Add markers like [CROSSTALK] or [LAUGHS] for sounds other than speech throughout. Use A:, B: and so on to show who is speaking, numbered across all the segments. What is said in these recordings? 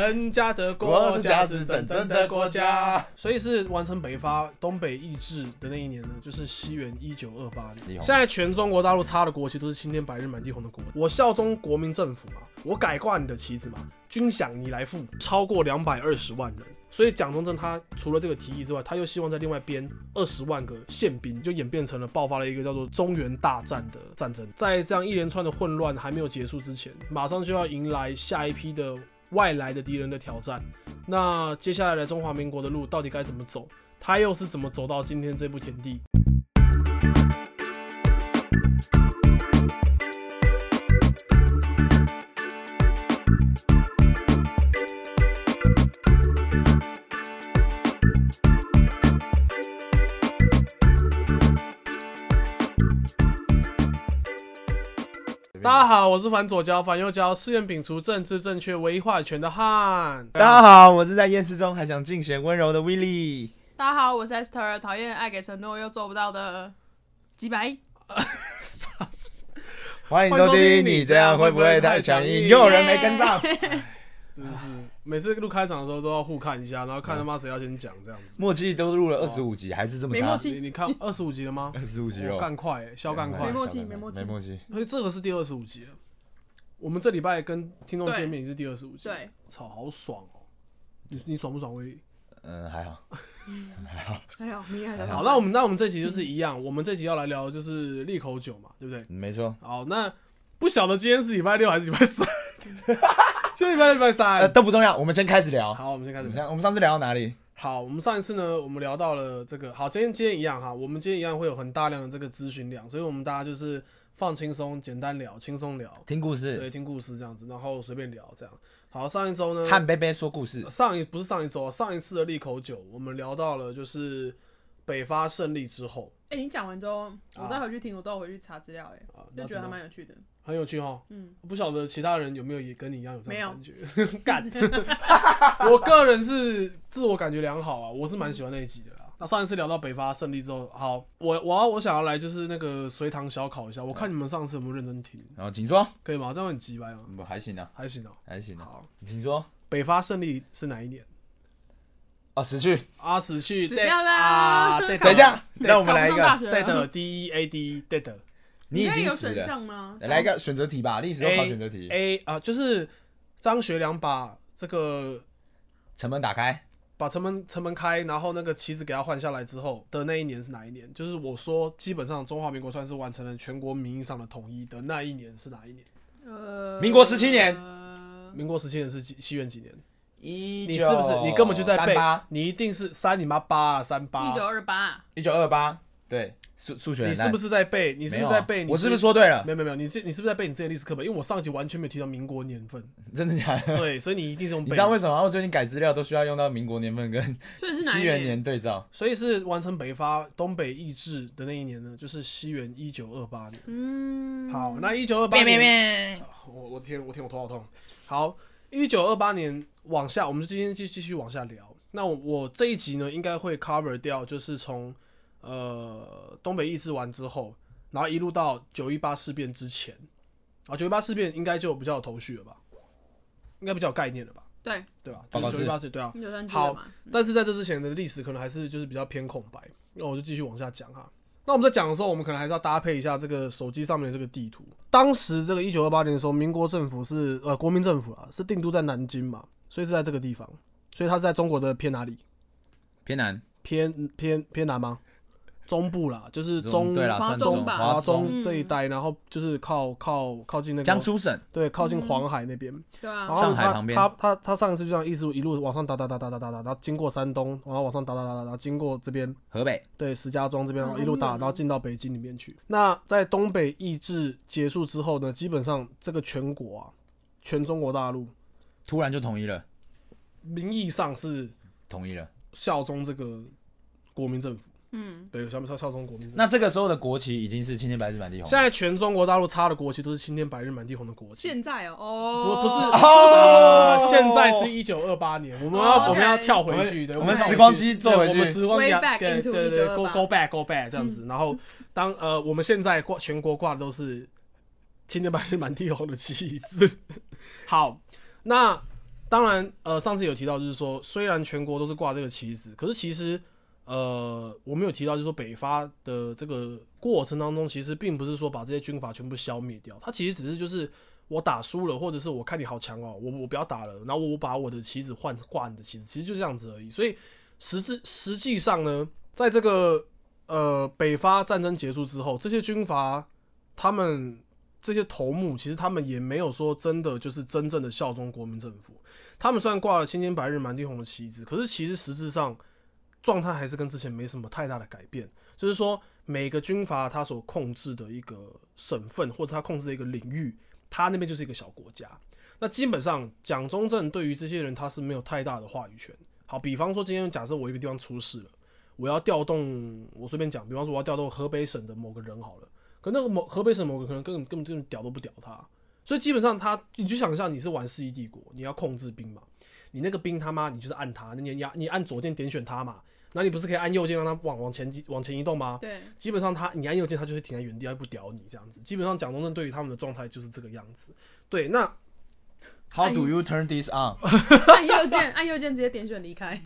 A: 人家的国家是真正的国家，所以是完成北伐东北易帜的那一年呢，就是西元一九二八
B: 李
A: 年。
B: 鸿
A: 现在全中国大陆插的国旗都是青天白日满地红的国，我效忠国民政府嘛，我改挂你的旗子嘛，军饷你来付，超过两百二十万人。所以蒋中正他除了这个提议之外，他又希望在另外编二十万个宪兵，就演变成了爆发了一个叫做中原大战的战争。在这样一连串的混乱还没有结束之前，马上就要迎来下一批的外来的敌人的挑战。那接下来的中华民国的路到底该怎么走？他又是怎么走到今天这步田地？
B: 嗯
A: 大家好，我是反左交、反右交，试验摒除政治正确、唯一话语权的汉。
B: 大家好，我是在厌世中还想尽显温柔的 w i l l y
C: 大家好，我是 Esther，讨厌爱给承诺又做不到的几白。
B: 欢迎收听。你这样会不会太强硬？又有人没跟上。
A: 真是每次录开场的时候都要互看一下，然后看他妈谁要先讲这样子。
B: [LAUGHS] 默契都录了二十五集，还是这么
C: 没
B: 差
C: 默。契
A: 你你看二十五集了吗？
B: 二十五集
A: 我
B: 哦，
A: 干快、欸，消干快
C: 没。默契没默契
B: 没默契。
A: 所以这个是第二十五集了。我们这礼拜跟听众
C: 对
A: 见面也是第二十五集。
C: 对，
A: 操，好爽哦、你你爽不爽，威力？
B: 嗯，还好。
C: 还好你还
A: 好，那我们那我们这集就是一样，我们这集要来聊的就是利口酒嘛，对不对？
B: 没错。
A: 好，那不晓得今天是礼拜六还是礼拜三？ [LAUGHS] 就礼拜六、礼拜
B: 呃，
A: 三。
B: 都不重要，我们先开始聊。
A: 好，我们先开
B: 我
A: 始
B: 们
A: 聊。
B: 上我们上次聊到哪里？
A: 好，我们上一次呢，我们聊到了这个，好，今天今天一样哈，我们今天一样会有很大量的这个咨询量，所以我们大家就是放轻松，简单聊，轻松聊，
B: 听故事，
A: 对，听故事这样子，然后随便聊这样。好，上一周呢，
B: 和贝贝说故事。
A: 上一不是上一周啊，上一次的利口酒，我们聊到了就是北伐胜利之后
C: 哎、你讲完之后，我再回去听，我都有回去查资料、哎、
A: 啊，那
C: 就觉得
A: 怎
C: 还
A: 么
C: 蛮有趣的。
A: 很有趣哈。
C: 嗯，
A: 不晓得其他人有没有也跟你一样有这
C: 没有
A: 样的感觉？ [LAUGHS] 干，我个人是自我感觉良好啊，我是蛮喜欢那一集的啦。那上一次聊到北伐胜利之后，好，我我要我想要来就是那个随堂小考一下，我看你们上次有没有认真听，
B: 然后请说。
A: 可以吗？这样很鸡掰吗？
B: 我还行啊，
A: 还行哦、
B: 还行啊。
A: 好，
B: 请说。
A: 北伐胜利是哪一年？
B: 哦，死去。
A: 啊，死去
C: 死
A: dead
C: 掉啦
A: 啊，
C: [LAUGHS]
A: 对的，
B: 等一下，
A: 对
B: 让我们来一
C: 考不上大
B: 个。
C: 学啊了
A: dead d e a d dead
B: 你已
C: 那
B: 经
C: 有
B: 死
C: 选
B: 了。
C: 项吗？
B: 来一个选择题吧，历史都考选择题。
A: a 啊，就是张学良把这个
B: 城门打开。
A: 把城门城门开，然后那个旗子给他换下来之后的那一年是哪一年？就是我说，基本上中华民国算是完成了全国名义上的统一的那一年是哪一年？
C: 呃，
B: 民国17年嗯
C: 呃
A: 民国十七年是几西元几年？
B: 一
A: 你是不是你根本就在背
B: 八？
A: 你一定是三你妈八啊三八
C: 一九
A: 啊，
C: 二八，
B: 一九二八？对，数数学
A: 你
B: 很
A: 是
B: 烂
A: 不是在背？你是
B: 没
A: 不
B: 有
A: 是
B: 啊
A: 在背？你
B: 我是不是？说对了
A: 没？有没有没有，你是你是不是在背你自己的历史课本？因为我上集完全没有提到民国年份，
B: 真的假
A: [LAUGHS]
B: 的？
A: 对，所以你一定是用
B: 你
A: 背
B: 知。道为什么我最近改资料都需要用到民国年份跟
C: 所以是哪
B: 西
C: 一
B: 元年对照？
A: 所以是完成北伐东北易帜的那一年呢，就是西元一九二八年。
C: 嗯，
A: 好，那一九二八
B: 变
A: 年
B: 变变！
A: 我我天，我天，我头好痛。好，一九二八年往下，我们今天继继续往下聊。那我我这一集呢，应该会 cover 掉，就是从呃东北易帜完之后，然后一路到九一八事变之前。啊，九一八事变应该就比较有头绪了吧？应该比较有概念了吧？
C: 对，
A: 对吧？
B: 报告
A: 九
B: 是
A: 一八事对啊，
C: 一九三七
A: 好
C: 嘛，
A: 但是在这之前的历史可能还是就是比较偏空白，那我就继续往下讲哈。那我们在讲的时候，我们可能还是要搭配一下这个手机上面的这个地图。当时这个一九二八年的时候，民国政府是呃国民政府啊，是定都在南京嘛，所以是在这个地方，所以它是在中国的偏哪里？
B: 偏南
A: 偏偏偏南吗？中部啦，就是中
B: 对啦，
C: 华
B: 算
C: 中吧嗯
B: 华
A: 华
B: 中
A: 中这一带，然后就是靠靠靠近那个
B: 江苏省
A: 对，靠
C: 嗯
A: 近黄海那边。
C: 对啊
A: 然，后
B: 上海
A: 他
B: 旁边
A: 他他他上一次就这样一直一路往上打打打打打打打，然后经过山东，然后往上打打打打，然后经过这边，
B: 河北。
A: 对，石家庄这边，
C: 哦
A: 然后一路打，
C: 好远
A: 然
C: 哦
A: 后进到北京里面去。那在东北易帜结束之后呢，基本上这个全国啊，全中国大陆
B: 突然就统一了，
A: 名义上是
B: 统一了。
A: 效忠这个国民政府，
C: 嗯，
A: 对，效效效忠国民政府。
B: 那这个时候的国旗已经是青天白日满地红
A: 现。在全中国大陆插的国旗都是青天白日满地红的国旗，
C: 现在哦，哦，
A: 不不是。
B: 哦
A: 呃，现在是一九二八年，我们要、
C: 哦 OK
A: 我们要跳回去，对，
B: 我们
A: 跳回去
B: 时光机坐
A: 对
B: 回去
A: 我们时光机
C: Way back
A: 啊对
C: into
A: 对对
C: 1928
A: ，go go back go back 这样子。然后当呃我们现在挂全国挂的都是青天白日满地红的旗帜。好，那当然，呃，上次有提到，就是说，虽然全国都是挂这个旗子，可是其实，呃，我们有提到，就是说北伐的这个过程当中，其实并不是说把这些军阀全部消灭掉，它其实只是就是我打输了，或者是我看你好强哦，我我不要打了，然后我把我的旗子换挂你的旗子，其实就这样子而已。所以实质实际上呢，在这个呃北伐战争结束之后，这些军阀他们这些头目，其实他们也没有说真的就是真正的效忠国民政府。他们虽然挂了“青天白日满地红”的旗帜，可是其实实质上状态还是跟之前没什么太大的改变。就是说，每个军阀他所控制的一个省份或者他控制的一个领域，他那边就是一个小国家。那基本上，蒋中正对于这些人他是没有太大的话语权。好，比方说今天假设我一个地方出事了，我要调动，我随便讲，比方说我要调动河北省的某个人好了，可那个某河北省某个可能根本根本就屌都不屌他，所以基本上他，你就想象你是玩《世纪帝国》，你要控制兵嘛，你那个兵他妈你就是按他，你你你按左键点选他嘛，那你不是可以按右键让他往往前往前移动吗？
C: 对，
A: 基本上他你按右键，他就会停在原地，他不屌你这样子。基本上蒋中正对于他们的状态就是这个样子。对，那
B: How do you turn this
A: [LAUGHS]
B: on？
C: 按右键，按右键直接点选离开。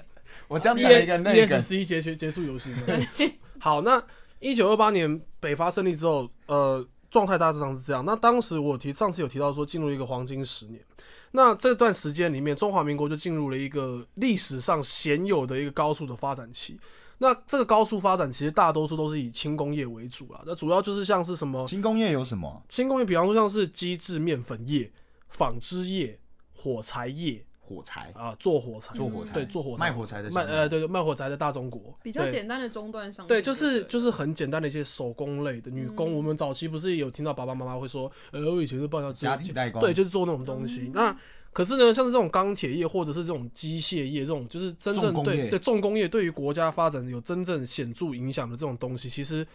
B: 我这样讲了一个那
A: E
B: 个
A: S，C 结束结束游戏嘛。 [LAUGHS] 好，那一九二八年北伐胜利之后，呃，状态大致上是这样。那当时我提上次有提到说进入一个黄金十年，那这段时间里面，中华民国就进入了一个历史上鲜有的一个高速的发展期。那这个高速发展其实大多数都是以轻工业为主啦，那主要就是像是什么
B: 轻工业有什么？
A: 轻工业，比方说像是机制面粉业、纺织业、火柴业
D: 火柴，
A: 啊、做火柴、
D: 做火柴，
A: 对，做火柴、
D: 卖火柴的
A: 卖
D: 小孩，
A: 呃对对卖火柴的大中国
C: 比较
A: 对
C: 简单的中断商业
A: 对，嗯就是
C: 就
A: 就是很简单的一些手工类的女工。我们早期不是有听到爸爸妈妈会说，呃，我以前是帮他
B: 家庭代工
A: 对，就是做那种东西。那可是呢，像是这种钢铁业或者是这种机械业，这种就是真正
D: 重工
A: 对
D: 业
A: 对重工业对于国家发展有真正显著影响的这种东西，其实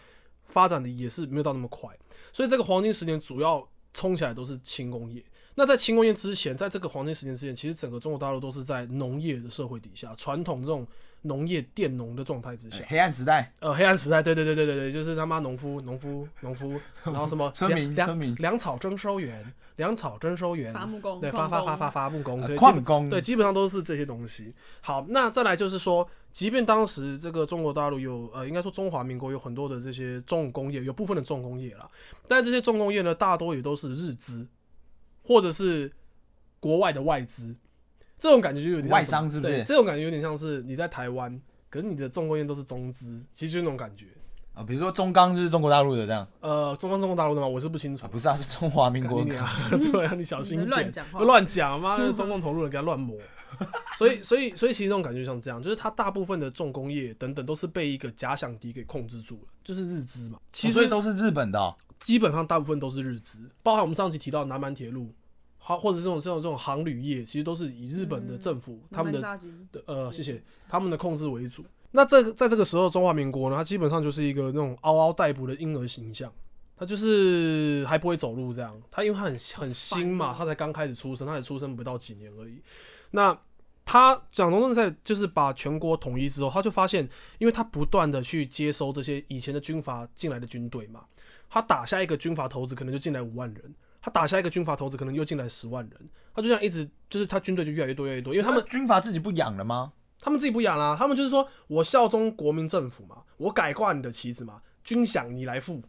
A: 发展的也是没有到那么快。所以这个黄金十年主要冲起来都是轻工业。那在轻工业之前，在这个黄金十年之前，其实整个中国大陆都是在农业的社会底下，传统这种农业佃农的状态之下
B: 哎。黑暗时代，
A: 呃，黑暗时代，对对对对对对，就是他妈农夫、农夫、农
B: [LAUGHS]
A: 夫，然后什么
B: 村民
A: 粮
B: 村民
A: 粮粮草征收员、粮草征收员，
C: 伐木工
A: 对，伐
C: 矿
A: 伐
C: 工
A: 伐伐伐木工，
B: 呃
A: 对，基
B: 矿
A: 本
B: 工
A: 对，基本上都是这些东西。好，那再来就是说，即便当时这个中国大陆有呃，应该说中华民国有很多的这些重工业，有部分的重工业啦，但这些重工业呢，大多也都是日资或者是国外的外资，这种感觉就有点像
B: 外商是不
A: 对
B: 是？
A: 这种感觉有点像是你在台湾，可是你的重工业都是中资，其实就是那种感觉。
B: 啊，比如说中钢就是中国大陆的这样
A: 呃，中方中国大陆的吗？我是不清楚
B: 啊，。不是啊，是中华民
A: 干
B: 国哦
A: 你。娘 [LAUGHS] 对啊，你小心一点，
C: 乱讲话
A: 乱讲，妈
C: [LAUGHS]
A: 的，中共投入人给他乱抹。所以， [LAUGHS] 所以，所以，其实这种感觉像这样，就是它大部分的重工业等等都是被一个假想敌给控制住了，就是日资嘛。其
B: 哦所以
A: 实
B: 都是日本的哦，
A: 基本上大部分都是日资，包含我们上期提到南满铁路，好，或者是这种这种这种航旅业，其实都是以日本的政府、他们的
C: 炸鸡，
A: 的呃，谢谢他们的控制为主。那这个在这个时候，中华民国呢，它基本上就是一个那种嗷嗷待哺的婴儿形象，它就是还不会走路这样。它因为它很很新嘛
C: 哦，
A: 它才刚开始出生，它才出生不到几年而已。那他蒋中正在就是把全国统一之后，他就发现，因为他不断的去接收这些以前的军阀进来的军队嘛，他打下一个军阀头子可能就进来五万人，他打下一个军阀头子可能又进来十万人，他就这样一直就是他军队就越来越多越来越多，因为他们
B: 那军阀自己不养了吗？
A: 他们自己不养啦、他们就是说我效忠国民政府嘛，我改挂你的旗子嘛，军饷你来付，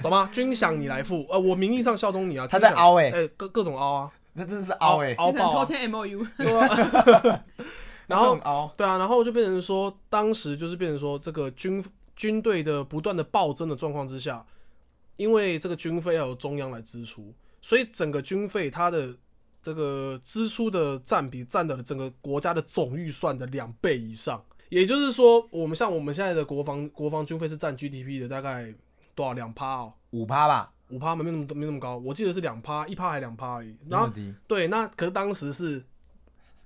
A: 懂吗？军饷你来付，呃，我名义上效忠你啊，
B: 他在
A: 军饷
B: 凹欸
A: 呃各各种凹啊，
B: 那真的是凹哎，
A: 凹
C: 你可能
A: 爆、
C: 偷
A: 啊，
C: 签 M O U，
A: 对 [LAUGHS] 啊，然后
B: 那种凹，
A: 对啊，然后就变成说，当时就是变成说，这个军军队的不断的暴增的状况之下，因为这个军费要由中央来支出，所以整个军费它的这个支出的占比占到了整个国家的总预算的两倍以上。也就是说，我们像我们现在的国防国防军费是占 GDP 的大概多少两趴哦，
B: 五趴吧，
A: 五趴吗？没那么没那么高，我记得是两趴，一趴还两趴而已。然
B: 那
A: 后
B: 么低，
A: 对，那可是当时是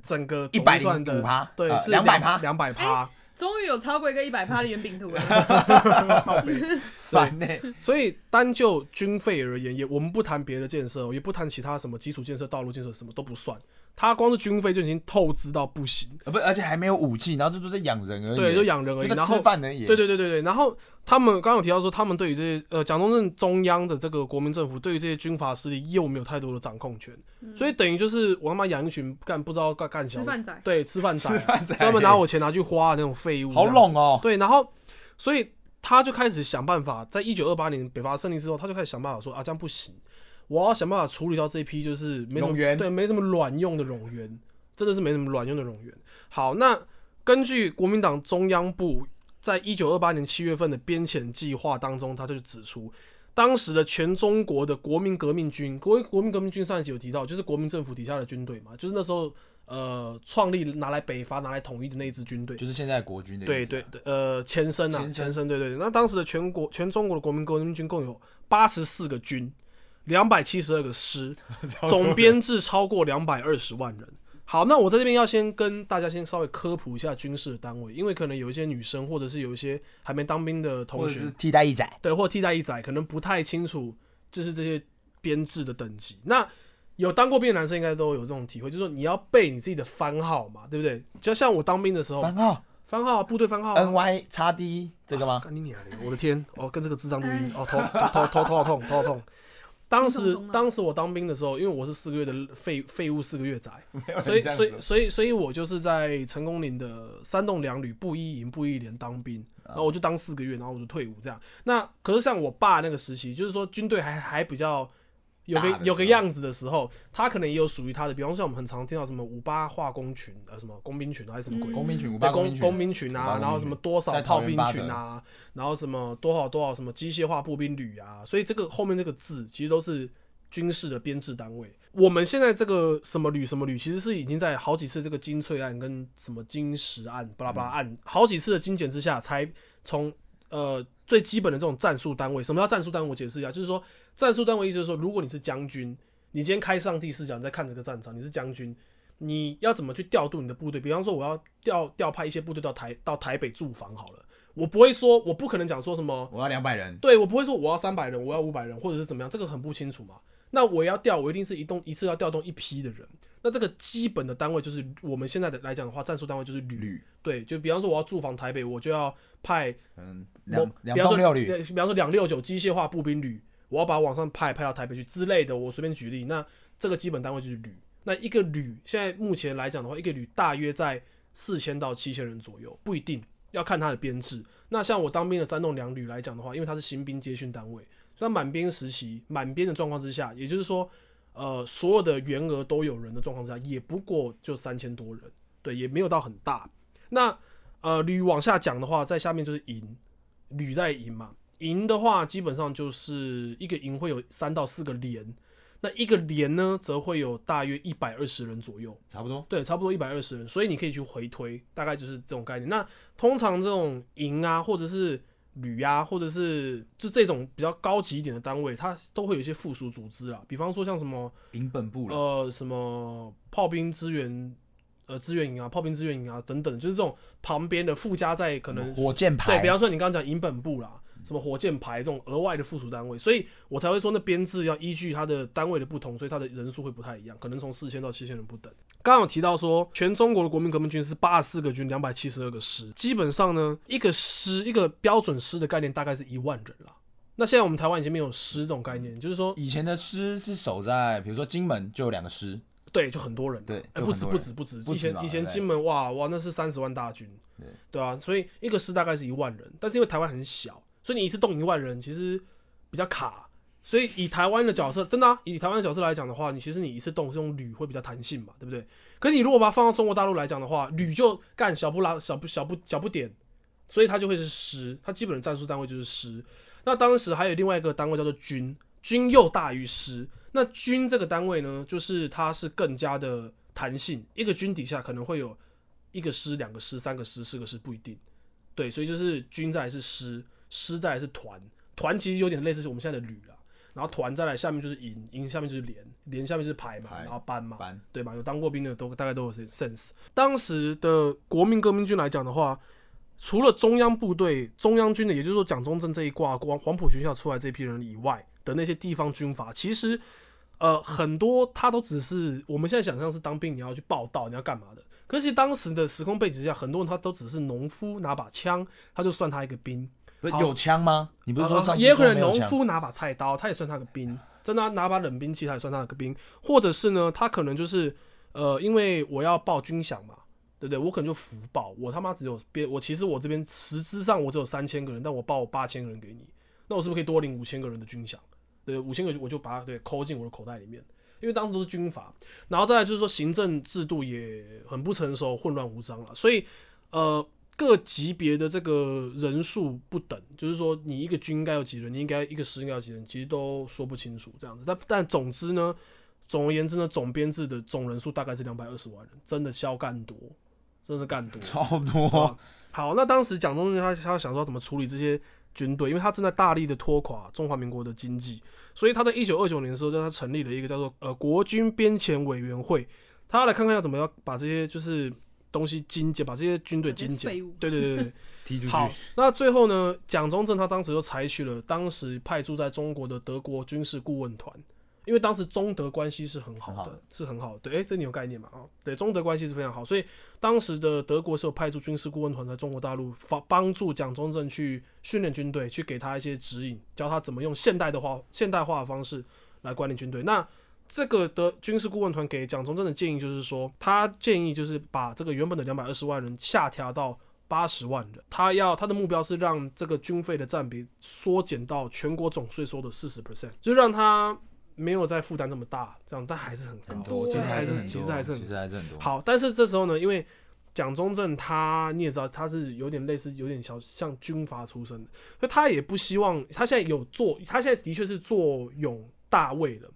A: 整个
B: 一
A: 总
B: 百
A: 预算
B: 零
A: 的
B: 五趴，呃
A: 对，是
B: 两百趴，
A: 两百趴，
C: 终于有超过一个一百趴的圆饼图了。
A: [LAUGHS] 靠北
B: 烦欸呢。
A: 所以单就军费而言，也我们不谈别的建设哦，也不谈其他什么基础建设、道路建设，什么都不算，他光是军费就已经透支到不行，
B: 呃不，而且还没有武器，然后就都在养人而已，欸
A: 对，就养人而已，
B: 就在
A: 然
B: 吃
A: 后
B: 饭而已，
A: 对对对对对，然后他们刚刚有提到说，他们对于这些呃蒋中正中央的这个国民政府，对于这些军阀势力又没有太多的掌控权，所以等于就是我他妈养一群干不知道干干小
C: 嗯吃饭仔，
A: 对吃饭
B: [LAUGHS]
A: 仔啊，
B: 饭仔
A: 专门拿我钱拿去花的那种废物，
B: 好
A: 冷。
B: 拢哦，
A: 对，然后所以他就开始想办法，在一九二八年北伐胜利之后，他就开始想办法说啊，这样不行，我要想办法处理掉这一批就是没什么
B: 冗员
A: 对，没什么卵用的冗员，真的是没什么卵用的冗员。好，那根据国民党中央部在一九二八年七月份的编遣计划当中，他就指出。当时的全中国的国民革命军，国国民革命军上一集有提到，就是国民政府底下的军队嘛，就是那时候呃创立拿来北伐拿来统一的那一支军队，
B: 就是现在国军的
A: 对
B: 意思
A: 对，对，呃，前身啊，
B: 啊前身
A: 前身，对对对。那当时的全国全中国的国民革命军共有八十四个军，两百七十二个
B: [LAUGHS]
A: 师，总编制超过两百二十万人。好，那我在这边要先跟大家先稍微科普一下军事的单位，因为可能有一些女生或者是有一些还没当兵的
B: 或
A: 同
B: 者
A: 学
B: 是，替代役仔，
A: 对，或替代役仔，可能不太清楚就是这些编制的等级。那有当过兵的男生应该都有这种体会，就是说你要背你自己的番号嘛，对不对？就像我当兵的时候，
B: 番呃号
A: 番号啊、部队番号啊、
B: 哦 N Y 叉 D 这个吗？哎
A: 干你娘的！我的
B: [LAUGHS]
A: 天，哦，跟这个智障录音，哦，头头头头好痛，头好痛。当
C: 轻
A: 时
C: 松松啊
A: 当时我当兵的时候，因为我是四个月的废废物四个月仔，
B: [LAUGHS] 没有人
A: 所以
B: 这样
A: 所
B: 子
A: 以所以所以我就是在成功岭的三栋两旅布衣营布衣连当兵，
B: 啊
A: 然后我就当四个月，然后我就退伍这样。那可是像我爸那个时期，就是说军队还还比较有个
B: 大的时候
A: 有个样子的时候，他可能也有属于他的，比方说像我们很常听到什么五八化工群，呃，什么工兵群还是什么鬼，
B: 工兵群五
A: 嗯对
B: 八
A: 工
B: 群
A: 工兵群
B: 五八
A: 啊
B: 工，兵
A: 然后什么多少
B: 在
A: 炮
B: 桃
A: 兵
B: 园八
A: 群
B: 德
A: 啊，然后什么多少多少什么机械化步兵旅啊，所以这个后面这个字其实都是军事的编制单位。我们现在这个什么旅什么旅，其实是已经在好几次这个金翠案跟什么金石案、巴拉巴拉案，好几次的精简之下，才从呃最基本的这种战术单位。什么叫战术单位？我解释一下，就是说战术单位意思就是说，如果你是将军，你今天开上帝视角，你在看这个战场，你是将军，你要怎么去调度你的部队？比方说，我要调调派一些部队到台到台北驻防好了，我不会说，我不可能讲说什么，
B: 我要两百人，
A: 对我不会说我要三百人，我要五百人，或者是怎么样，这个很不清楚嘛。那我要调，我一定是一动一次要调动一批的人。那这个基本的单位就是我们现在的来讲的话，战术单位就是旅。
B: 旅
A: 对，就比方说我要驻防台北，我就要派
B: 嗯
A: 某
B: 两两
A: 比方
B: 栋
A: 说
B: 六旅，
A: 对比方说两六九机械化步兵旅，我要把它往上派派到台北去之类的，我随便举例。那这个基本单位就是旅，那一个旅现在目前来讲的话，一个旅大约在四千到七千人左右，不一定要看它的编制。那像我当兵的三栋两旅来讲的话，因为它是新兵接训单位，所以它满编时期满编的状况之下，也就是说，呃，所有的员额都有人的状况之下，也不过就三千多人，对，也没有到很大。那呃，旅往下讲的话，在下面就是营，旅在营嘛。营的话，基本上就是一个营会有三到四个连，那一个连呢，则会有大约一百二十人左右。
B: 差不多
A: 对，差不多一百二十人，所以你可以去回推，大概就是这种概念。那通常这种营啊，或者是旅啊，或者是就这种比较高级一点的单位，它都会有一些附属组织啦，比方说像什么
B: 兵本部了，
A: 呃什么炮兵支援呃支援营啊、炮兵支援营啊等等，就是这种旁边的附加在可能
B: 火箭
A: 对，
B: 牌
A: 比，方说你刚刚讲营本部啦，什么火箭排这种额外的附属单位，所以我才会说那编制要依据它的单位的不同，所以它的人数会不太一样，可能从四千到七千人不等。刚刚有提到说，全中国的国民革命军是八十四个军，两百七十二个师，基本上呢，一个师一个标准师的概念大概是一万人啦。那现在我们台湾已经没有师这种概念，就是说，
B: 以前的师是守在，比如说金门就有两个师，
A: 对，就很多人啦，
B: 对
A: 哎
B: 就
A: 不
B: 很
A: 止
B: 多
A: 不
B: 人
A: 止不止，
B: 不
A: 以
B: 止
A: 前
B: 嘛
A: 以前
B: 对
A: 金门哇哇那是三十万大军，
B: 对
A: 对啊，所以一个师大概是一万人，但是因为台湾很小，所以你一次动一万人其实比较卡，所以以台湾的角色真的、啊、以台湾的角色来讲的话，你其实你一次动是用旅会比较弹性嘛，对不对？可是你如果把它放到中国大陆来讲的话，旅就干小不拉小不小不小不点，所以它就会是师，它基本的战术单位就是师。那当时还有另外一个单位叫做军，军又大于师。那军这个单位呢，就是它是更加的弹性，一个军底下可能会有一个师、两个师、三个师、四个师不一定。对，所以就是军再来是师，师再来是团，团其实有点类似是我们现在的旅啦。然后团再来下面就是营，营下面就是连，连下面就是排嘛，
B: 排
A: 然后班嘛，
B: 班
A: 对吧？有当过兵的都大概都有 sense。当时的国民革命军来讲的话，除了中央部队、中央军的，也就是说蒋中正这一挂，光黄埔军校出来这批人以外的那些地方军阀，其实呃，很多他都只是我们现在想象是当兵你要去报道，你要干嘛的。可是其实当时的时空背景下，很多人他都只是农夫拿把枪，他就算他一个兵。
B: 不是
A: 好
B: 有枪吗？你不是说
A: 呃
B: 上次
A: 也有可
B: 说
A: 能
B: 没有
A: 农
B: 枪？
A: 夫拿把菜刀，他也算他个兵；真的啊拿把冷兵器，他也算他个兵。或者是呢，他可能就是呃，因为我要报军饷嘛，对不对？我可能就福报，我他妈只有别我其实我这边实质上我只有三千个人，但我报我八千个人给你，那我是不是可以多领五千个人的军饷？对，五千个我就把它对抠进我的口袋里面，因为当时都是军阀，然后再来就是说行政制度也很不成熟，混乱无章了，所以呃各级别的这个人数不等，就是说你一个军应该有几人，你应该一个师应该有几人，其实都说不清楚这样子。但但总之呢，总而言之呢，总编制的总人数大概是两百二十万人，真的消干多，真的是干多，
B: 超
A: 对吧
B: 多，
A: 好，那当时蒋中正他他想说怎么处理这些军队，因为他正在大力的拖垮中华民国的经济，所以他在一九二九年的时候，就他成立了一个叫做呃国军编遣委员会，他要来看看要怎么要把这些就是东西精简，把这些军队
C: 把这些
A: 精简
C: 废物。
A: 对对对对对，
B: 踢出去。
A: 好，那最后呢，蒋中正他当时就采取了当时派驻在中国的德国军事顾问团，因为当时中德关系是很好的，
B: 很好的
A: 是很好的。对，哎、这你有概念嘛？啊、对，中德关系是非常好，所以当时的德国是有派驻军事顾问团在中国大陆，帮帮助蒋中正去训练军队，去给他一些指引，教他怎么用现代的话现代化的方式来管理军队。那这个的军事顾问团给蒋中正的建议就是说，他建议就是把这个原本的两百二十万人下调到八十万人，他要他的目标是让这个军费的占比缩减到全国总税收的四十 percent，就让他没有再负担这么大，这样但还是很高，
B: 很多，
C: 对
B: 其实还
A: 还
B: 是很
A: 是
B: 多，
A: 其实还是很
B: 其实还是很多。
A: 好，但是这时候呢，因为蒋中正他你也知道，他是有点类似，有点小像军阀出身的，所以他也不希望他现在有做，他现在的确是坐拥大位了，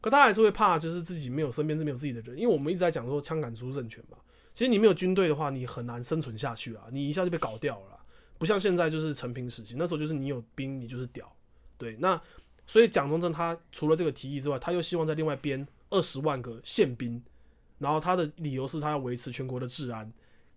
A: 可他还是会怕，就是自己没有身边是没有自己的人，因为我们一直在讲说枪杆出政权嘛，其实你没有军队的话，你很难生存下去啊，你一下就被搞掉了啊，不像现在就是成平时期，那时候就是你有兵你就是屌，对，那所以蒋中正他除了这个提议之外，他又希望在另外编二十万个宪兵。然后他的理由是他要维持全国的治安。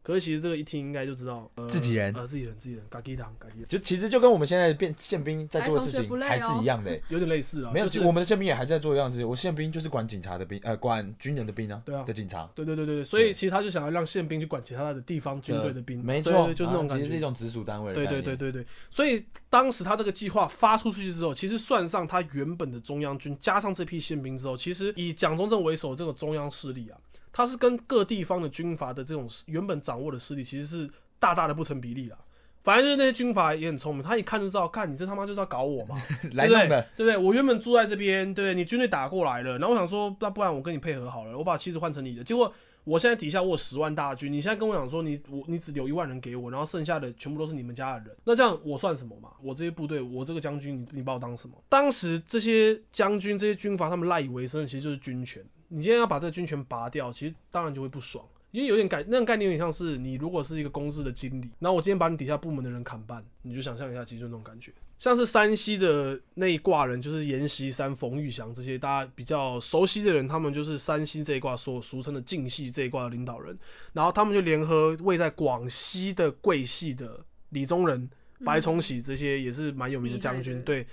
A: 可是其实这个一听应该就知道，
C: 嗯
A: 呃、
B: 自己人
A: 呃，自己人，自己人，嘎叽党，嘎叽党，
B: 就其实就跟我们现在变宪兵在做的事
C: 哎同学不
B: 情
C: 累哦
B: 还是一样的、
C: [LAUGHS]
B: 欸，
A: 有点类似啊。
B: 没有，
A: 就是
B: 我们的宪兵也还是在做一样的事情。我宪兵就是管警察的兵，呃，管军人的兵啊，
A: 对啊
B: 的警察
A: 对对对对对，所以其实他就想要让宪兵去管其他的地方军队的兵，
B: 没
A: 对
B: 错，
A: 对就是那种
B: 啊
A: 感
B: 其实是一
A: 觉。
B: 种直属单位的
A: 对
B: 概
A: 对
B: 念
A: 对对对，所以当时他这个计划发出去之后，其实算上他原本的中央军，加上这批宪兵之后，其实以蒋中正为首这个中央势力啊，他是跟各地方的军阀的这种原本掌握的势力，其实是大大的不成比例啦。反正就是那些军阀也很聪明，他一看就知道，看你这他妈就是要搞我嘛，
B: [LAUGHS] 来
A: 对不
B: 弄
A: 对
B: 的，
A: 对不对？我原本住在这边，对不对？你军队打过来了，然后我想说，那不然我跟你配合好了，我把妻子换成你的。结果我现在底下我有十万大军，你现在跟我讲说你我你只留一万人给我，然后剩下的全部都是你们家的人，那这样我算什么嘛？我这些部队，我这个将军，你你把我当什么？当时这些将军、这些军阀，他们赖以为生的其实就是军权。你今天要把这个军权拔掉，其实当然就会不爽。因为有点概那种概念有点像是你如果是一个公司的经理，然后我今天把你底下部门的人砍半，你就想象一下，其实就那种感觉。像是山西的那一挂人，就是阎锡山、冯玉祥这些大家比较熟悉的人，他们就是山西这一挂所俗称的晋系这一挂的领导人，然后他们就联合位在广西的桂系的李宗仁、白崇禧这些也是蛮有名的将
C: 厉害
A: 军，
C: 的
A: 嗯对。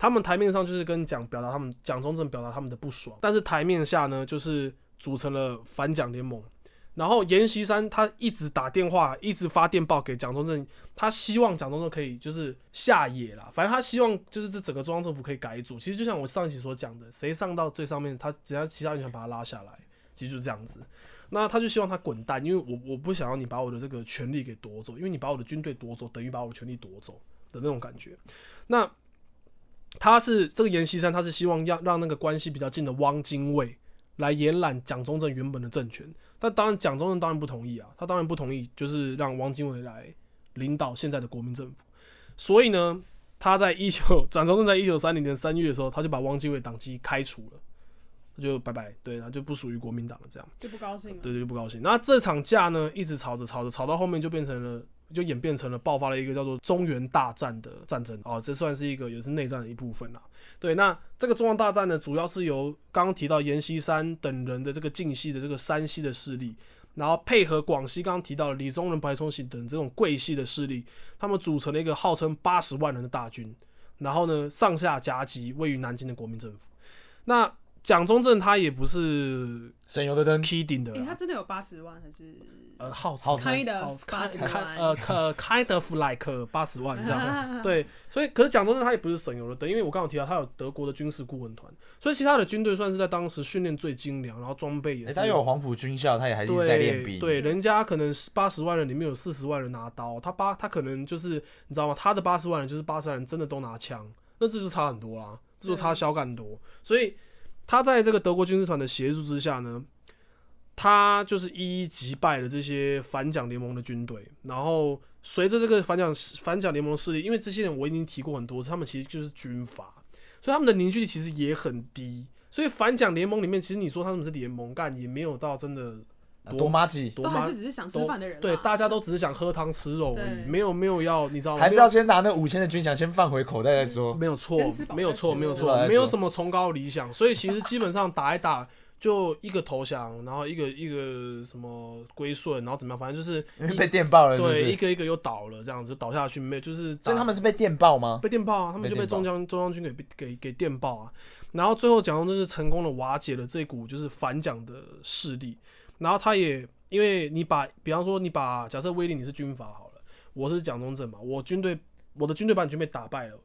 A: 他们台面上就是跟蒋表达他们蒋中正表达他们的不爽，但是台面下呢，就是组成了反蒋联盟。然后阎锡山他一直打电话，一直发电报给蒋中正，他希望蒋中正可以就是下野啦，反正他希望就是这整个中央政府可以改组。其实就像我上一期所讲的，谁上到最上面，他只要其他人想把他拉下来，其实就是这样子。那他就希望他滚蛋，因为我我不想要你把我的这个权利给夺走，因为你把我的军队夺走，等于把我的权利夺走的那种感觉。那他是这个阎锡山，他是希望要让那个关系比较近的汪精卫来延揽蒋中正原本的政权，但当然蒋中正当然不同意啊，他当然不同意，就是让汪精卫来领导现在的国民政府。所以呢，他在一九蒋中正在一九三零年三月的时候，他就把汪精卫党籍开除了，他就拜拜，对，他就不属于国民党了，这样。
C: 就不高兴了。
A: 对对，就不高兴。那这场架呢，一直吵着吵着，吵到后面就变成了，就演变成了爆发了一个叫做中原大战的战争哦，这算是一个也是内战的一部分啦。对，那这个中原大战呢，主要是由刚刚提到阎锡山等人的这个晋系的这个山西的势力。然后配合广西刚刚提到的李宗仁、白崇禧等这种桂系的势力，他们组成了一个号称八十万人的大军，然后呢上下夹击位于南京的国民政府。那蒋中正他也不是
B: 省油的灯，
A: kidding 的
C: 哎、他
A: 啦，
C: 真的有八十万还是？
A: 呃，耗子
B: 耗子
C: Kind of
A: 哦开
C: 80
A: 开
C: 万
A: 呃可 kind of like 八十万这样，对，所以可是蒋中正他也不是省油的灯，因为我刚刚有提到他有德国的军事顾问团，所以其他的军队算是在当时训练最精良，然后装备也
B: 诶
A: 是
B: 他有黄埔军校，他也还是在练
A: 对
B: 兵，
A: 对，人家可能八十万人里面有四十万人拿刀，他八他可能就是你知道吗？他的八十万人就是八十万人真的都拿枪，那这就差很多啦，这就差小干多。所以他在这个德国军事团的协助之下呢，他就是一一击败了这些反蒋联盟的军队，然后随着这个反蒋反蒋联盟势力，因为这些人我已经提过很多次，他们其实就是军阀，所以他们的凝聚力其实也很低。所以反蒋联盟里面，其实你说他们是联盟干，也没有到真的
B: 啊多妈几，
A: 多
C: 都还
A: 妈
C: 是只是想吃饭的人啦。
A: 对，大家都只是想喝汤吃肉而
C: 对
A: 已，没有没有要你知道吗？
B: 还是要先拿那五千的军饷先放回口袋再说。
A: 没有错
C: 先吃，饱
A: 没有
C: 再
A: 错，
C: 说
A: 没有
B: 吃饱再
A: 错，
B: 说
A: 没有什么崇高理想，所以其实基本上打一打就一个投降，然后一个一个什么归顺，然后怎么样，反正就是
B: 因为 [LAUGHS] 被电爆了，是不
A: 对一
B: 是？
A: 个一个又倒了，这样子倒下去，没有就是打
B: 所以他们是被电爆吗？
A: 被电爆啊，他们就被
B: 被电
A: 中
B: 爆
A: 央中央军给给给电爆啊。然后最后蒋中正是成功的瓦解了这股就是反蒋的势力，然后他也因为你把比方说你把假设威力你是军阀好了，我是蒋中正嘛，我军队我的军队把你军被打败了。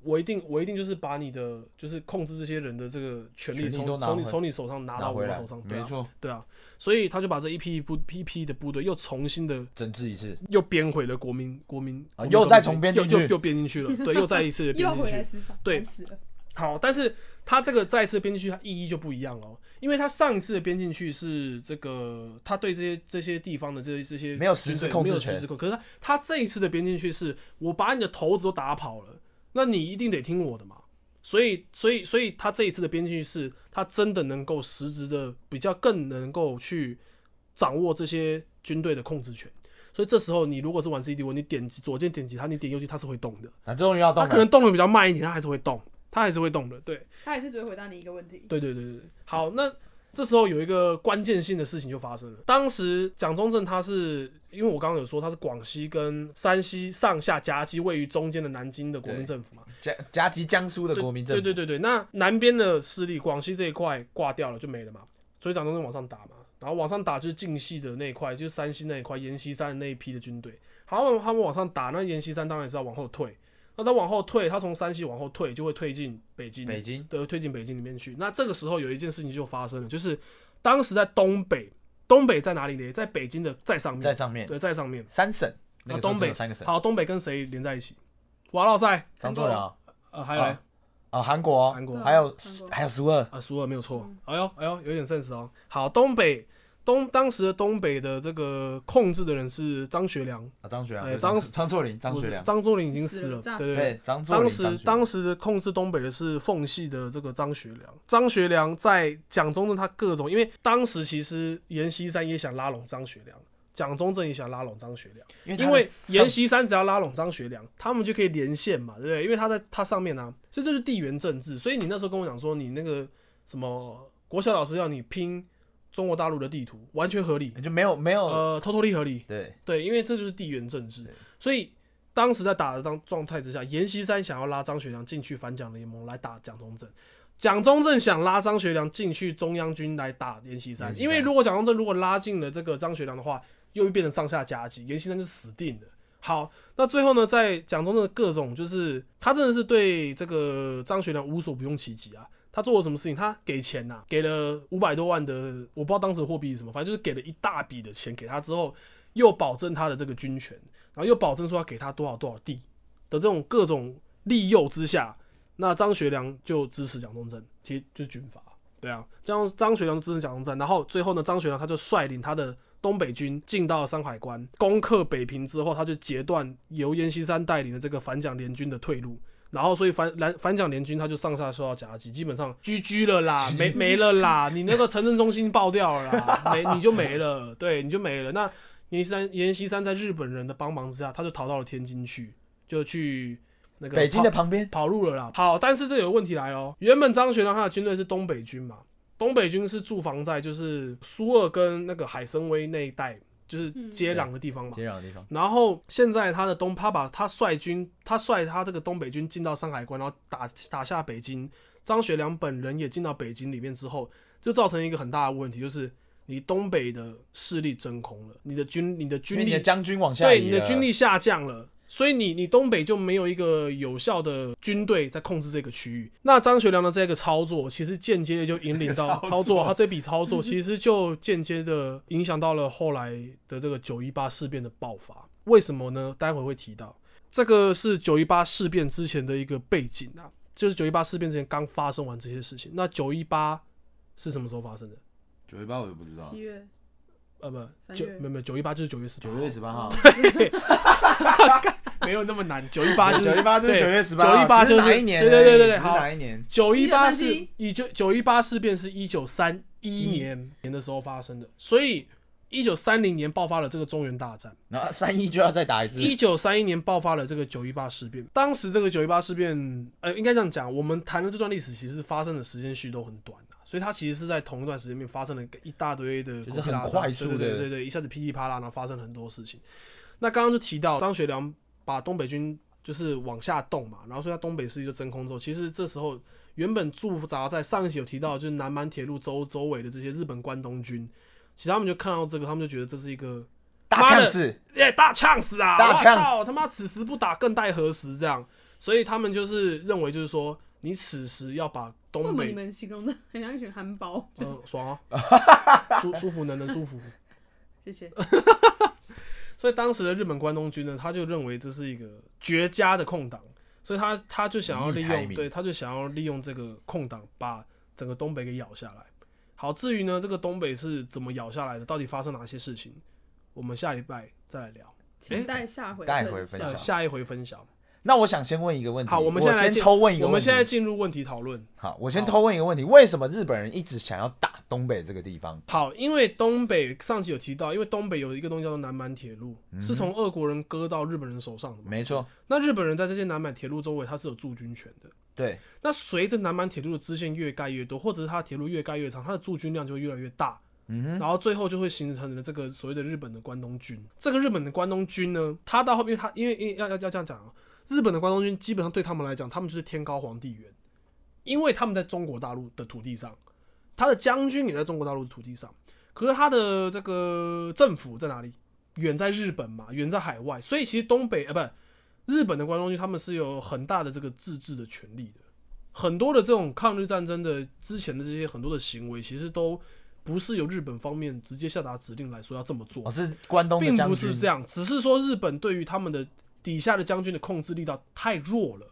A: 我一定，我一定就是把你的，就是控制这些人的这个权利
B: 权力
A: 从
B: 都拿
A: 从你
B: 回
A: 从你手上拿到我
B: 回来
A: 手上，，对
B: 没
A: 啊，
B: 错，
A: 对啊，所以他就把这一批部一批的部队又重新的
B: 整治一次。
A: 又编回了国民国民，国
B: 啊
A: 民
B: 又
A: 革命
B: 再重编进
A: 又又
B: 去
A: 又编进去了，对，又再一次的编
C: [LAUGHS] 又
A: 进
C: 回
A: 去
C: 来。吃饭，
A: 对
C: 烦死了。
A: 好，但是他这个再一次编进去，它意义就不一样了哦，因为他上一次的编进去是这个他对这些这些地方的这些这些
B: 没有实质
A: 军队
B: 控制
A: 没有
B: 权
A: 实质控，可是他他这一次的编进去是我把你的头子都打跑了，那你一定得听我的嘛。所以，所以，所以他这一次的编进去是，他真的能够实质的比较更能够去掌握这些军队的控制权。所以这时候，你如果是玩 CD 我你点击左键点击它，你点右击它是会动的。
B: 啊，终于要动
A: 它
B: 了，
A: 可能动的比较慢一点，它还是会动，它还是会动的。对，
C: 他也是只会回答你一个问题。
A: 对对对对对。好，那这时候有一个关键性的事情就发生了。当时蒋中正他是因为我刚刚有说他是广西跟山西上下夹击位于中间的南京的国民政府嘛，
B: 夹夹击江苏的
A: 对
B: 国民政府，
A: 对对对对，那南边的势力，广西这一块挂掉了就没了嘛，所以蒋中正往上打嘛，然后往上打就是晋系的那一块，就是山西那一块，阎锡山的那一批的军队，好，他们他们往上打，那阎锡山当然是要往后退，那他往后退，他从山西往后退就会退进北京，
B: 北京
A: 呃对，推进北京里面去。那这个时候有一件事情就发生了，就是当时在东北，东北在哪里呢？在北京的在上面，
B: 在上面，
A: 对，在上面。
B: 三省，
A: 那
B: 那个时候
A: 东
B: 只
A: 北
B: 有三个省，
A: 好，东北跟谁连在一起？瓦剌塞，
B: 张作霖
A: 呃，还有嘞
B: 啊啊，韩国
A: 韩国
C: 对啊
B: 还有
C: 韩国
B: 还有苏俄，
A: 啊，苏俄没有
C: 嗯
A: 错。哎呦，哎呦，有点 sense 哦。好，东北。东当时的东北的这个控制的人是张学良，
B: 啊，张学
A: 哎
B: 良，
A: 张
B: 张张作霖，张
A: 不
B: 学
A: 是
B: 良，
A: 张作霖已经
C: 死
A: 死
C: 了
A: 了，
C: 炸
A: 对对对，
B: 对，张作霖，
A: 当时
B: 张学
A: 当时控制东北的是奉系的这个张学良，张学良在蒋中正他各种，因为当时其实阎锡山也想拉拢张学良，蒋中正也想拉拢张学良，
B: 良
A: 因
B: 因为
A: 为
B: 他上
A: 阎锡山只要拉拢张学良，他们就可以连线嘛，对不对？因为他在他上面呢、啊，所以这就是地缘政治。所以你那时候跟我讲说，你那个什么国小老师要你拼中国大陆的地图，完全合理，
B: 就没有没有
A: 呃，偷偷利合理，
B: 对
A: 对，因为这就是地缘政治
B: 对，
A: 所以当时在打的当状态之下，阎锡山想要拉张学良进去反蒋联盟来打蒋中正，蒋中正想拉张学良进去中央军来打阎锡山
B: 阎，锡
A: 因
B: 山
A: 为如果蒋中正如果拉进了这个张学良的话，又会变成上下夹击，阎锡山就死定了。好，那最后呢，在蒋中正的各种就是他真的是对这个张学良无所不用其极啊。他做了什么事情？他给钱呐、给了五百多万的，我不知道当时货币是什么，反正就是给了一大笔的钱给他之后，又保证他的这个军权，然后又保证说要给他多少多少地的这种各种利诱之下，那张学良就支持蒋中正，其实就是军阀，对啊，这样张学良就支持蒋中正，然后最后呢，张学良他就率领他的东北军进到了山海关，攻克北平之后，他就截断由阎锡山带领的这个反蒋联军的退路。然后，所以反反反蒋联军他就上下受到夹击，基本上 GG 了啦，没没了啦，你那个城镇中心爆掉了
B: [LAUGHS]
A: 啦，没你就没了，对，你就没了。那阎锡山阎锡山在日本人的帮忙之下，他就逃到了天津去，就去那个
B: 北京
A: 跑
B: 的旁边，
A: 跑路了啦。好，但是这有个问题来哦，原本张学良他的军队是东北军嘛，东北军是驻防在就是苏俄跟那个海参崴那一带，就是接壤的地方嘛。
B: 接壤的地方，
A: 然后现在他的东，他把他率军，他率他这个东北军进到山海关，然后打打下北京。张学良本人也进到北京里面之后，就造成一个很大的问题，就是你东北的势力真空了，你的军你的
B: 因
A: 军
B: 为你
A: 力
B: 的将军往下
A: 对
B: 移
A: 你的
B: 了
A: 军力下降了，所以你你东北就没有一个有效的军队在控制这个区域。那张学良的这个操作，其实间接地就引领到
B: 这个操作
A: 操作，他这笔操作其实就间接的影响到了后来的这个九一八事变的爆发。为什么呢？待会会提到，这个是九一八事变之前的一个背景啊，就是九一八事变之前刚发生完这些事情。那九一八是什么时候发生的？
D: 九一八我就不知
A: 啊
D: 道
C: 七，月
A: 呃，不，
C: 三
A: 九
C: 月
A: 没有没有九一八就是九月十八
D: 九月十八号，
A: [LAUGHS] 没有那么难，九一八就是
B: 九一八就是
A: 对
B: 九月十八，
A: 九一八
B: 只
A: 就是
B: 哪一年而
A: 对
B: 已？
A: 对对对对，
B: 只是
A: 好
B: 哪，一年？
A: 九一八是
C: 1937
A: 以九九一八事变是一九三一年年的时候发生的，所以一九三零年爆发了这个中原大战，
B: 然后三一就要再打一次，
A: 一九三一年爆发了这个九一八事变。当时这个九一八事变，呃，应该这样讲，我们谈的这段历史其实发生的时间序都很短啊所以它其实是在同一段时间内发生了一大堆的，
B: 就是很快速的
A: 对对对对对，一下子噼里啪啦，然后发生了很多事情。那刚刚就提到张学良把东北军就是往下动嘛，然后所以他东北势力就真空之后，其实这时候原本驻扎在上一集有提到，就是南满铁路周周围的这些日本关东军，其实他们就看到这个，他们就觉得这是一个
B: 大呛死，
A: 哎、大呛死啊！
B: 大
A: 我
B: 呛
A: 操
B: 死
A: 他妈此时不打更待何时？这样，所以他们就是认为就是说，你此时要把
C: 为什
A: 东
C: 么你
A: 北，
C: 们形容的很像一群憨包？就是
A: 呃，爽
B: [LAUGHS]
A: 啊，舒舒服能能舒服。
C: [LAUGHS] 谢谢。
A: 呃所以当时的日本关东军呢，他就认为这是一个绝佳的空档，所以他他就想要利
B: 利益排
A: 用，
B: 名
A: 对，他就想要利用这个空档把整个东北给咬下来。好，至于呢，这个东北是怎么咬下来的，到底发生哪些事情，我们下礼拜再来聊，
C: 请待下回
B: 待会
C: 分
B: 分
A: 呃，
B: 享
A: 下一回分享。
B: 那我想先问一个问题，
A: 好，我们现
B: 嗯先
A: 在来进
B: 偷问一个问题，
A: 我们现在进入问题讨论。
B: 好，我先偷问一个问题，为什么日本人一直想要打东北这个地方？
A: 好，因为东北上集有提到，因为东北有一个东西叫做南满铁路，是从俄国人割到日本人手上的嘛。
B: 嗯没错，
A: 那日本人在这些南满铁路周围，他是有驻军权的。
B: 对，
A: 那随着南满铁路的支线越盖越多，或者是它的铁路越盖越长，它的驻军量就会越来越大。嗯哼，然后最后就会形成了这个所谓的日本的关东军。这个日本的关东军呢，它到后面它因为因为要要要这样讲啊，日本的关东军基本上对他们来讲，他们就是天高皇帝远，因为他们在中国大陆的土地上，他的将军也在中国大陆的土地上，可是他的这个政府在哪里？远在日本嘛，远在海外，所以其实东北呃不。日本的关东军他们是有很大的这个自治的权利的，很多的这种抗日战争的之前的这些很多的行为，其实都不是由日本方面直接下达指令来说要这么做
B: 我，是关东的
A: 并
B: 将
A: 不
B: 军，
A: 是这样，只是说日本对于他们的底下的将军的控制力道太弱了，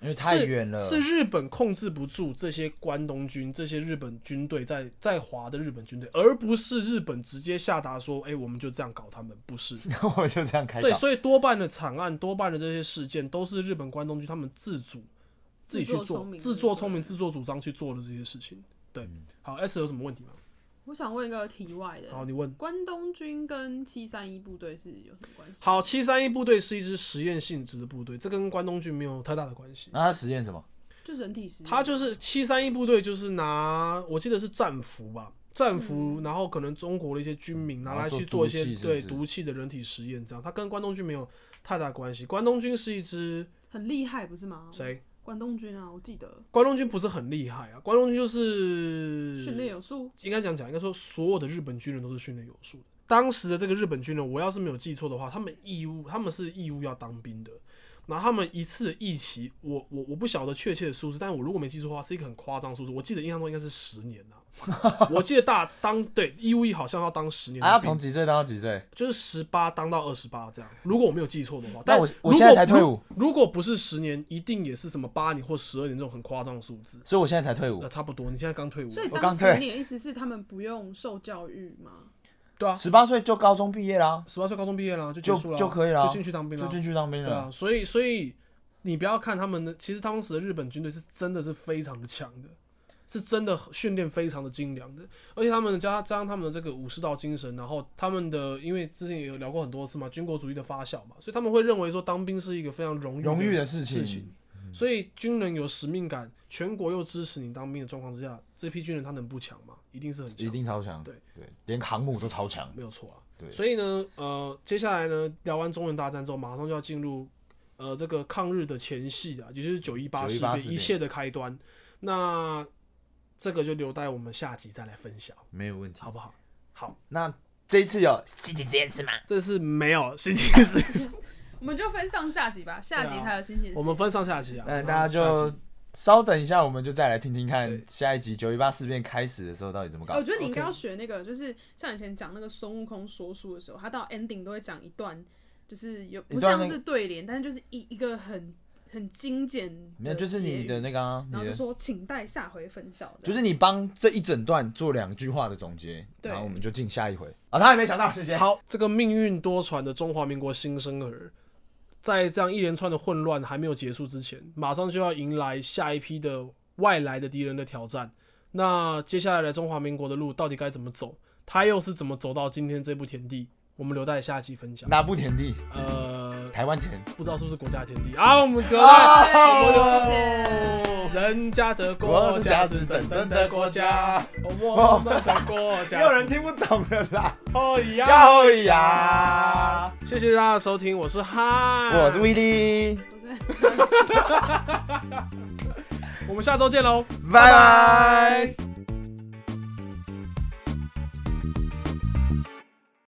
B: 因为太远了，
A: 是是日本控制不住这些关东军、这些日本军队在在华的日本军队，而不是日本直接下达说，哎、我们就这样搞他们，不是。
B: [LAUGHS] 我就这样开
A: 对，
B: 导。
A: 所以多半的惨案，多半的这些事件，都是日本关东军他们自主自己去
C: 自作
A: 做
C: 聪、明
A: 自作聪明、
C: 对
A: 自作主张去做的这些事情。对，
B: 嗯
A: 好，S 有什么问题吗？
C: 我想问一个题外的，
A: 好，
B: 嗯
A: 你问。
C: 关东军跟七三一部队是有什么关系？
A: 好，七三一部队是一支实验性质的部队，这跟关东军没有太大的关系。
B: 那他实验什么？
C: 就人体实验。
A: 他就是七三一部队，就是拿我记得是战俘吧，战俘，然后可能中国的一些军民拿
B: 嗯
A: 来
B: 然后做
A: 去做一
B: 毒
A: 些
B: 气是不
A: 对
B: 是
A: 毒气的人体实验，这样。它跟关东军没有太大关系。关东军是一支
C: 很厉害，不是吗？？
A: 谁？
C: 关东军啊，我记得
A: 关东军不是很厉害啊，关东军就是嗯
C: 训练有素。
A: 应该讲讲，应该说所有的日本军人都是训练有素的。当时的这个日本军人，我要是没有记错的话，他们义务他们是义务要当兵的，然后他们一次的役期，我我我不晓得确切的数字，但我如果没记错的话，是一个很夸张的数字。我记得印象中应该是十年呐、 [LAUGHS] 我记得大当对义务役好像要当十年的
B: 啊，他
A: 兵
B: 从几岁当到几岁？
A: 就是十八当到二十八这样，如果我没有记错的话。
B: 那
A: 但
B: 我我
A: 如
B: 现在
A: 果
B: 才退
A: 如
B: 伍
A: 如果不是十年，一定也是什么八年或十二年这种很夸张的数字。
B: 所以我现在才退伍
A: 那，差不多，你现在刚退伍，哦
C: 所以
B: 我
C: 当
B: 刚
C: 时
B: 退
C: 你的意思是他们不用受教育吗？
A: 对啊，
B: 十八岁就高中毕业啦，
A: 十八岁高中毕业了就结
B: 就
A: 束了，
B: 就可以啦
A: 就进去当兵
B: 就
A: 了，
B: 进去当兵
A: 对啊
B: 了。，
A: 所以所以你不要看他们的，其实当时的日本军队是真的是非常的强的，是真的训练非常的精良的，而且他们加加上他们的这个武士道精神，然后他们的因为之前也有聊过很多次嘛，军国主义的发酵嘛，所以他们会认为说当兵是一个非常荣誉
B: 荣誉
A: 的
B: 的事情嗯
A: 事情。所以军人有使命感，全国又支持你当兵的状况之下，这批军人他能不强吗？一定是很强
B: 一
A: 的。
B: 定超强，
A: 对
B: 对，连航母都超强。
A: 没有错啊。
B: 对
A: 所以呢，呃，接下来呢，聊完中原大战之后，马上就要进入呃这个抗日的前戏啊，也就是九一八
B: 918
A: 事变
B: 事变
A: 一切的开端。那这个就留待我们下集再来分享，
B: 没有问题。
A: 好不好？好，
B: 那这一次有星期实验室吗？
A: 这是没有星期 [LAUGHS] 四，
C: 我们就分上下集
B: 啊
C: 吧，下集才有心情。
A: 我们分上下集啊。
B: 嗯，大家
A: 然后下
B: 就
A: 集
B: 稍等一下，我们就再来听听看
A: 对
B: 下一集九一八事变开始的时候到底怎么搞
C: 哎我。觉得你应该
A: OK
C: 要学那个，就是像以前讲那个孙悟空说书的时候，他到 ending 都会讲一段，就是有
B: 一
C: 不
B: 段那
C: 像是对联，但是就是一一个很很精简的结语，
B: 没有，就是你的那个啊，
C: 然后
B: 你
C: 就
B: 的
C: 说请待下回分晓。这样
B: 就是你帮这一整段做两句话的总结，
C: 对
B: 然后我们就进下一回啊。他还没想到，谢谢。
A: 好，这个命运多舛的中华民国新生儿，在这样一连串的混乱还没有结束之前，马上就要迎来下一批的外来的敌人的挑战。那接下来的中华民国的路到底该怎么走？他又是怎么走到今天这步田地？我们留待下期分享。
B: 哪部田地？
A: 呃，
B: 台湾田。
A: 不知道是不是国家田地啊？我们留
B: 啊
A: 待
C: 哎谢谢。
A: 人家的国家是真正的国家， [LAUGHS] 我们的国家
B: 没有人听不懂了
C: [LAUGHS]
B: 啦。
A: 哦一样。
B: 要呀！
A: 谢谢大家的收听，我是哈，
B: 我是威力，
C: 我是 [LAUGHS]
A: 我们下周见喽，
B: 拜拜。